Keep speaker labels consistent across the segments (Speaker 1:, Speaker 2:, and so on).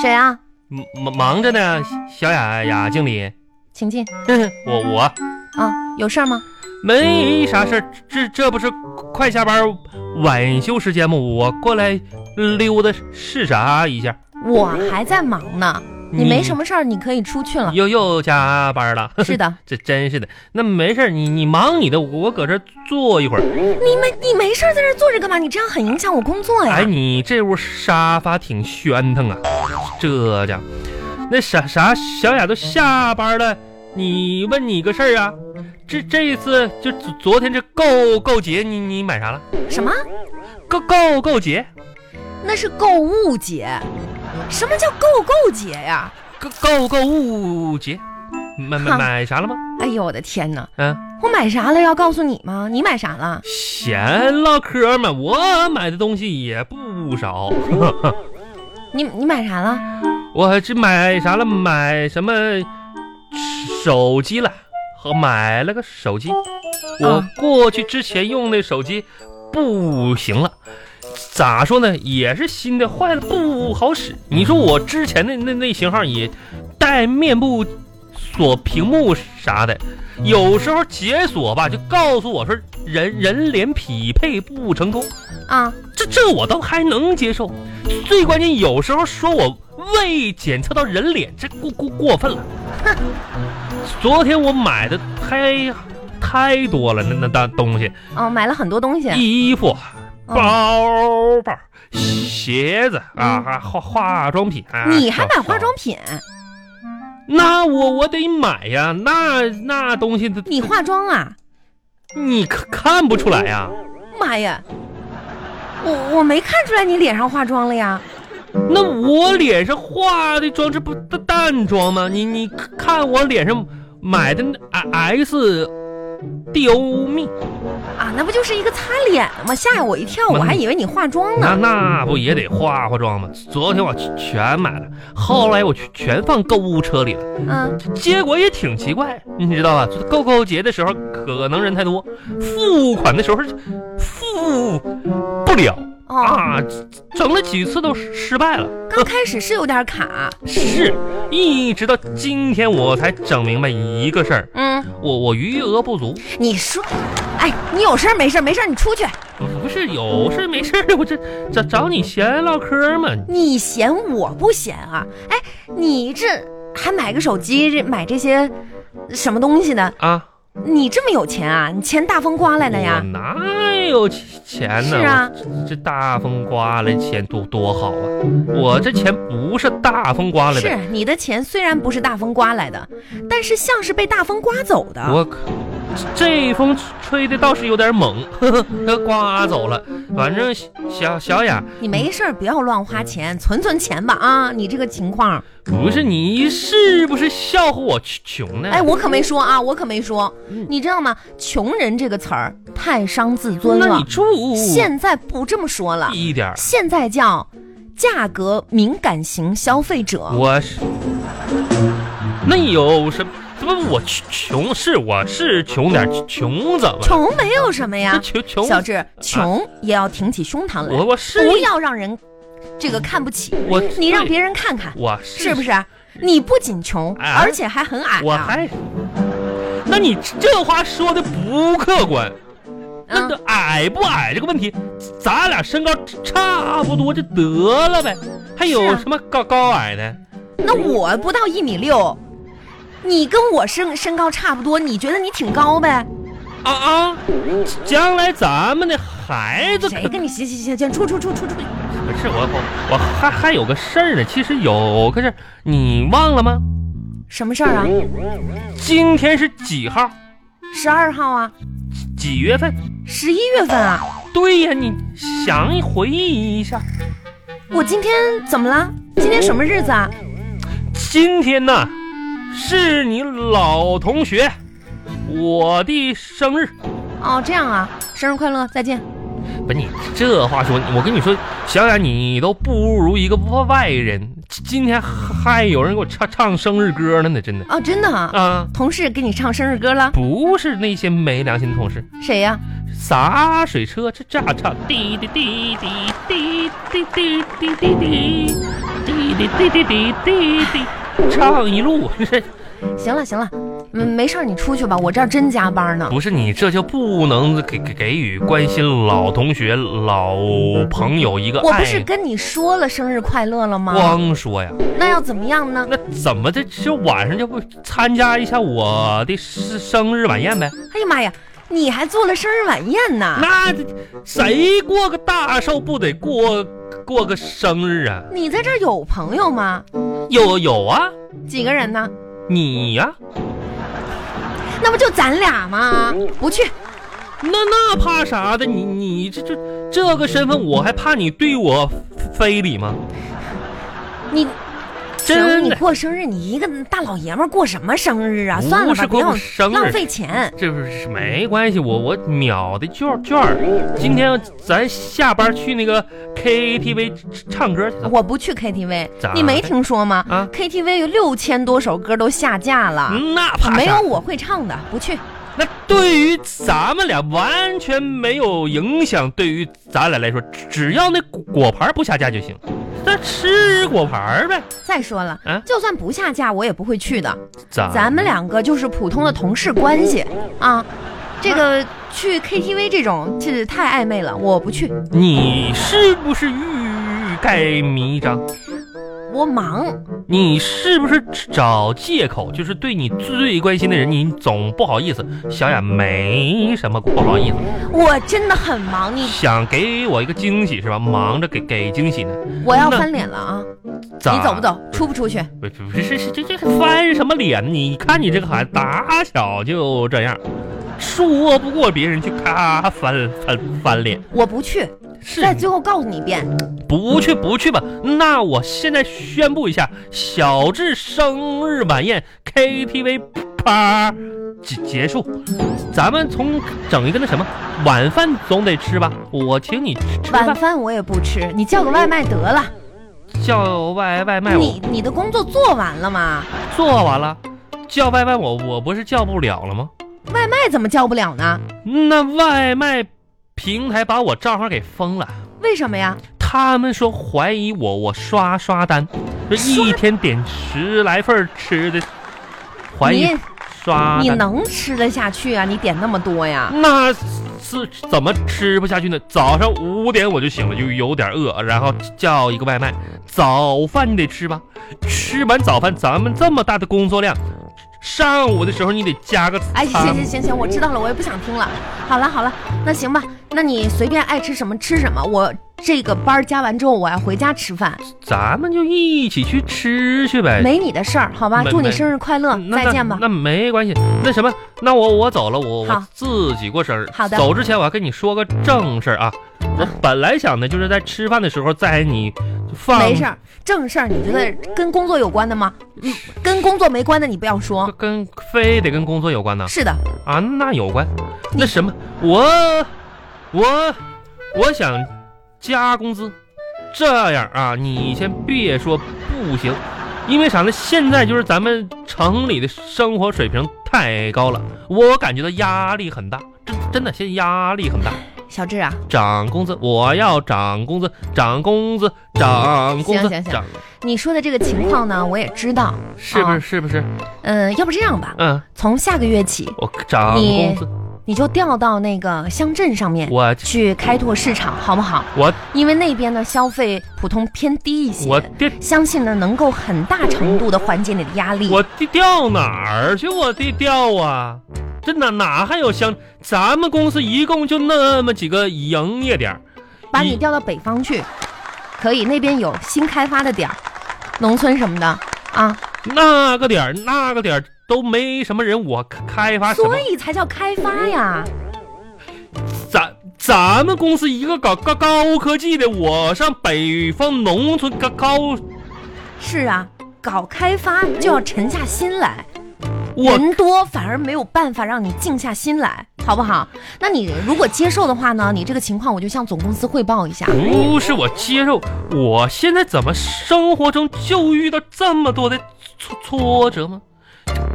Speaker 1: 谁啊？
Speaker 2: 忙忙着呢，小雅雅经理。
Speaker 1: 请进。
Speaker 2: 我我
Speaker 1: 啊，有事儿吗？
Speaker 2: 没啥事儿，这这不是快下班晚休时间吗？我过来溜达视察一下。
Speaker 1: 我还在忙呢，你
Speaker 2: 嗯
Speaker 1: 没什么事儿，你可以出去了。
Speaker 2: 又又加班了。
Speaker 1: 是的，
Speaker 2: 这真是的。那没事儿，你你忙你的，我搁这坐一会儿。
Speaker 1: 你没你没事儿在这坐着干嘛？你这样很影响我工作呀。
Speaker 2: 哎，你这屋沙发挺喧腾啊，这家伙，那啥啥小雅都下班了，你问你个事儿啊？这这一次就昨天这购购节，你你买啥了？
Speaker 1: 什么？
Speaker 2: 购购购节？
Speaker 1: 那是购物节。什么叫购购节呀？
Speaker 2: 购购购物节，买买买啥了吗？
Speaker 1: 哎呦我的天哪！
Speaker 2: 嗯，
Speaker 1: 我买啥了要告诉你吗？你买啥了？
Speaker 2: 闲唠嗑嘛，我买的东西也不少。呵呵
Speaker 1: 你你买啥了？
Speaker 2: 我这买啥了？买什么手机了？和买了个手机。我过去之前用那手机不行了，咋说呢？也是新的坏了，不好使。你说我之前的那那型号也带面部锁屏幕啥的，有时候解锁吧就告诉我说人人脸匹配不成功
Speaker 1: 啊，
Speaker 2: 这这我倒还能接受。最关键有时候说我未检测到人脸，这过过过分了。哼，昨天我买的太。太多了，那那那东西
Speaker 1: 哦，买了很多东西，
Speaker 2: 衣服、
Speaker 1: 哦
Speaker 2: 包包、鞋子啊，还化化妆品。啊
Speaker 1: 嗯你还买化妆？品？
Speaker 2: 那我我得买呀，那那东西它
Speaker 1: 你化妆啊？
Speaker 2: 你看看不出来呀？
Speaker 1: 妈呀，我我没看出来你脸上化妆了呀。
Speaker 2: 那我脸上化的妆，这不淡淡妆吗？你你看我脸上买的那 S D O 蜜，
Speaker 1: 啊，那不就是一个擦脸的吗？吓我一跳，我
Speaker 2: 妈
Speaker 1: 还以为你化妆
Speaker 2: 那
Speaker 1: 呢。
Speaker 2: 那不也得化化妆吗？昨天我全买了，后来我全全放购物车里了。
Speaker 1: 嗯，
Speaker 2: 结果也挺奇怪，你知道吧？购购节的时候可能人太多，付款的时候是付不了
Speaker 1: 哦，
Speaker 2: 啊，整了几次都失败了。
Speaker 1: 刚开始是有点卡。
Speaker 2: 是，一直到今天我才整明白一个事儿，
Speaker 1: 嗯，
Speaker 2: 我我余额不足，
Speaker 1: 你说，哎，你有事儿没事儿？没事儿你出去。
Speaker 2: 不是有事没事的，我这找找你闲唠嗑嘛。
Speaker 1: 你嫌我不嫌啊？哎，你这还买个手机，这买这些什么东西的？
Speaker 2: 啊，
Speaker 1: 你这么有钱啊？你钱大风刮来的
Speaker 2: 我
Speaker 1: 呀？
Speaker 2: 哪有钱呢？
Speaker 1: 是啊
Speaker 2: 我这这大风刮来钱多多好啊！我这钱不是大风刮来的，
Speaker 1: 是你的钱虽然不是大风刮来的，但是像是被大风刮走的。
Speaker 2: 我可这风吹的倒是有点猛，呵呵，那刮走了。反正小小雅
Speaker 1: 你没事儿不要乱花钱，存存钱吧啊！你这个情况，
Speaker 2: 不是你是不是笑话我穷呢？
Speaker 1: 哎，我可没说啊，我可没说
Speaker 2: 嗯。
Speaker 1: 你知道吗？穷人这个词儿太伤自尊
Speaker 2: 那你哎
Speaker 1: 了，
Speaker 2: 注
Speaker 1: 现在不这么说了，
Speaker 2: 意一点儿。
Speaker 1: 现在叫价格敏感型消费者。
Speaker 2: 我是那有什么？怎么我穷是我是穷点儿穷怎么了？
Speaker 1: 穷没有什么
Speaker 2: 这
Speaker 1: 呀，
Speaker 2: 穷穷啊
Speaker 1: 小志，穷也要挺起胸膛
Speaker 2: 我
Speaker 1: 来，
Speaker 2: 我是
Speaker 1: 不要让人这个看不起
Speaker 2: 我
Speaker 1: 你，让别
Speaker 2: 人
Speaker 1: 人看看
Speaker 2: 我
Speaker 1: 是不是？你不仅穷，
Speaker 2: 哎
Speaker 1: 而且还很矮
Speaker 2: 我
Speaker 1: 啊！
Speaker 2: 还，那你这话说的不客观。那个
Speaker 1: 嗯，
Speaker 2: 矮不矮这个问题，咱俩身高差不多就得了呗，还
Speaker 1: 是
Speaker 2: 有
Speaker 1: 啊
Speaker 2: 什么高高矮的？
Speaker 1: 那我不到一米六，你跟我身身高差不多，你觉得你挺高呗？
Speaker 2: 啊啊！将来咱们的孩子可
Speaker 1: 谁跟你行行行行，出出出出出！
Speaker 2: 不是我我我还还有个事儿呢，其实有个事儿你忘了吗？
Speaker 1: 什么事儿啊？
Speaker 2: 今天是几号？
Speaker 1: 十二号啊，
Speaker 2: 几月份？
Speaker 1: 十一月份啊，
Speaker 2: 对呀，你想回忆一下，
Speaker 1: 我今天怎么了？今天什么日子啊？
Speaker 2: 今天呢是你老同学我的生日。
Speaker 1: 哦，这样啊，生日快乐，再见。
Speaker 2: 不是你这话说，我跟你说，小雅你都不如一个外人。今天还有人给我唱唱生日歌了呢，真的
Speaker 1: 哦，真的啊，
Speaker 2: 啊，
Speaker 1: 同事给你唱生日歌了？
Speaker 2: 不是那些没良心的同事，
Speaker 1: 谁呀、
Speaker 2: 洒水车这这样唱，滴滴滴滴滴滴滴滴滴滴滴滴滴滴滴滴滴，唱一路。这
Speaker 1: 行了行了，嗯，没事儿，你出去吧，我这儿真加班呢。
Speaker 2: 不是你这就不能给给给予关心老同学、老朋友一个
Speaker 1: 我不
Speaker 2: 爱
Speaker 1: 是跟你说了生日快乐了吗？
Speaker 2: 光说呀？
Speaker 1: 那要怎么样呢？
Speaker 2: 那怎么的？这晚上就不参加一下我的生生日晚宴呗？
Speaker 1: 哎呀妈呀，你还做了生日晚宴呢？
Speaker 2: 那这谁过个大寿不得过过个生日啊？
Speaker 1: 你在这儿有朋友吗？
Speaker 2: 有有啊，
Speaker 1: 几个人呢？
Speaker 2: 你呀、
Speaker 1: 那不就咱俩吗？不去，
Speaker 2: 那那怕啥的？你你这这这个身份，我还怕你对我非礼吗？
Speaker 1: 你行，
Speaker 2: 真
Speaker 1: 你
Speaker 2: 的，
Speaker 1: 过生日，你一个大老爷们儿过什么生日啊？
Speaker 2: 不
Speaker 1: 算了吧，
Speaker 2: 是
Speaker 1: 不
Speaker 2: 过
Speaker 1: 要
Speaker 2: 生日
Speaker 1: 浪费钱。
Speaker 2: 这不是没关系，我我秒的券券儿。今天咱下班去那个 KTV 唱歌去了
Speaker 1: 我不去 KTV，
Speaker 2: 啊咋
Speaker 1: 你没听说吗、
Speaker 2: 啊
Speaker 1: k t v 有六千多首歌都下架了，
Speaker 2: 那嗯怕啥？
Speaker 1: 没有我会唱的，不去。
Speaker 2: 那对于咱们俩完全没有影响。对于咱俩来说，只只要那果盘不下架就行。那吃果盘呗，
Speaker 1: 再说了，
Speaker 2: 啊
Speaker 1: 就算不下架，我也不会去的。
Speaker 2: 咱
Speaker 1: 咱们两个就是普通的同事关系啊，这个去 KTV 这种是太暧昧了，我不去，
Speaker 2: 你是不是欲盖弥彰？
Speaker 1: 我忙。
Speaker 2: 你是不是找借口？就是对你最关心的人，你总不好意思。小雅没什么不好意思，
Speaker 1: 我真的很忙，你
Speaker 2: 想给我一个惊喜是吧？忙着给给惊喜呢。
Speaker 1: 我要
Speaker 2: 那
Speaker 1: 翻脸了啊！
Speaker 2: 咋
Speaker 1: 你走不走？出不出去？
Speaker 2: 不不是是是这这翻什么脸呢？你看你这个孩子打小就这样，说不过别人就咔翻翻翻脸。
Speaker 1: 我不去。
Speaker 2: 是
Speaker 1: 再最后告诉你一遍，
Speaker 2: 不去不去吧？那我现在宣布一下，小智生日晚宴 KTV 啪结结束，咱们从整一个那什么晚饭总得吃吧？我请你吃吃
Speaker 1: 晚
Speaker 2: 饭，
Speaker 1: 饭我也不吃，你叫个外卖得了。
Speaker 2: 叫外外卖我
Speaker 1: 你你的工作做完了吗？
Speaker 2: 做完了，叫外卖我我不是叫不了了吗？
Speaker 1: 外卖怎么叫不了呢？
Speaker 2: 那外卖平台把我账号给封了。
Speaker 1: 为什么呀？
Speaker 2: 他们说怀疑我，我刷刷单，说一天点十来份儿吃的，怀疑啊
Speaker 1: 你
Speaker 2: 刷
Speaker 1: 你
Speaker 2: 单，
Speaker 1: 能吃得下去啊？你点那么多呀？
Speaker 2: 那是怎么吃不下去呢？早上五点我就醒了，就有点饿，然后叫一个外卖。早饭你得吃吧，吃完早饭咱们这么大的工作量，上午的时候你得加个
Speaker 1: 哎，行
Speaker 2: 餐
Speaker 1: 行行行，我知道了，我也不想听了。好了好了，那行吧，那你随便爱吃什么吃什么。我这个班儿加完之后，我要回家吃饭，
Speaker 2: 咱们就一起去吃去呗。
Speaker 1: 没你的事儿，好吧？
Speaker 2: 哎没
Speaker 1: 祝你
Speaker 2: 没
Speaker 1: 生日快乐，
Speaker 2: 那
Speaker 1: 再见吧。
Speaker 2: 那。那没关系，那什么，那我我走了，我
Speaker 1: 好
Speaker 2: 我自己过生日。
Speaker 1: 好的
Speaker 2: 走之前我要跟你说个正事儿啊。我本来想的就是在吃饭的时候在你放
Speaker 1: 没事儿，正事儿，你觉得跟工作有关的吗？嗯，跟工作没关的你不要说。
Speaker 2: 跟非得跟工作有关呢
Speaker 1: 是的，
Speaker 2: 啊？那有关。
Speaker 1: 你
Speaker 2: 那什么，我我我想加工资，这样啊，你先别说不行，因为啥呢？现在就是咱们城里的生活水平太高了，我感觉到压力很大，真真的现在压力很大。
Speaker 1: 小智啊，
Speaker 2: 涨工资，我要涨工资，涨工资，涨工资，
Speaker 1: 行行行
Speaker 2: 涨，
Speaker 1: 你说的这个情况呢，我也知道。
Speaker 2: 是不
Speaker 1: 啊
Speaker 2: 是？是不是？
Speaker 1: 嗯、要不这样吧，
Speaker 2: 嗯，
Speaker 1: 从下个月起，
Speaker 2: 我涨工资，
Speaker 1: 你就调到那个乡镇上面
Speaker 2: 我
Speaker 1: 去开拓市场，好不好？
Speaker 2: 我
Speaker 1: 因为那边呢消费普通偏低一些，
Speaker 2: 我掉
Speaker 1: 相信呢能够很大程度的缓解你的压力。
Speaker 2: 我掉掉哪儿去？我掉掉啊！这哪哪还有乡？咱们公司一共就那么几个营业点儿，
Speaker 1: 把你
Speaker 2: 一
Speaker 1: 调到北方去，可以，那边有新开发的点儿，农村什么的啊。
Speaker 2: 那个点儿那个点儿都没什么人，我开啊发什么
Speaker 1: 所？以才叫开发呀。
Speaker 2: 咱咱们公司一个搞高高科技的，我上北方农村高高，
Speaker 1: 是啊，搞开发就要沉下心来，
Speaker 2: 我
Speaker 1: 人多反而没有办法让你静下心来，好不好？那你如果接受的话呢，你这个情况我就向总公司汇报一下。
Speaker 2: 不是我接受，我现在怎么生活中就遇到这么多的挫挫折吗？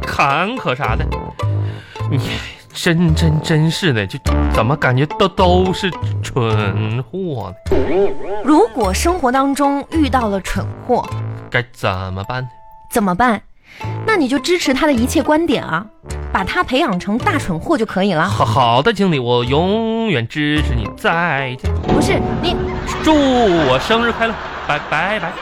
Speaker 2: 坎坷啥的，你真真真是的，就怎么感觉都都是蠢货呢？
Speaker 1: 如果生活当中遇到了蠢货，
Speaker 2: 该怎么办呢？
Speaker 1: 怎么办？那你就支持他的一切观点啊，把他培养成大蠢货就可以了。
Speaker 2: 好好的经理，我永远支持你，再见，
Speaker 1: 不是你，
Speaker 2: 祝我生日快乐，拜拜拜。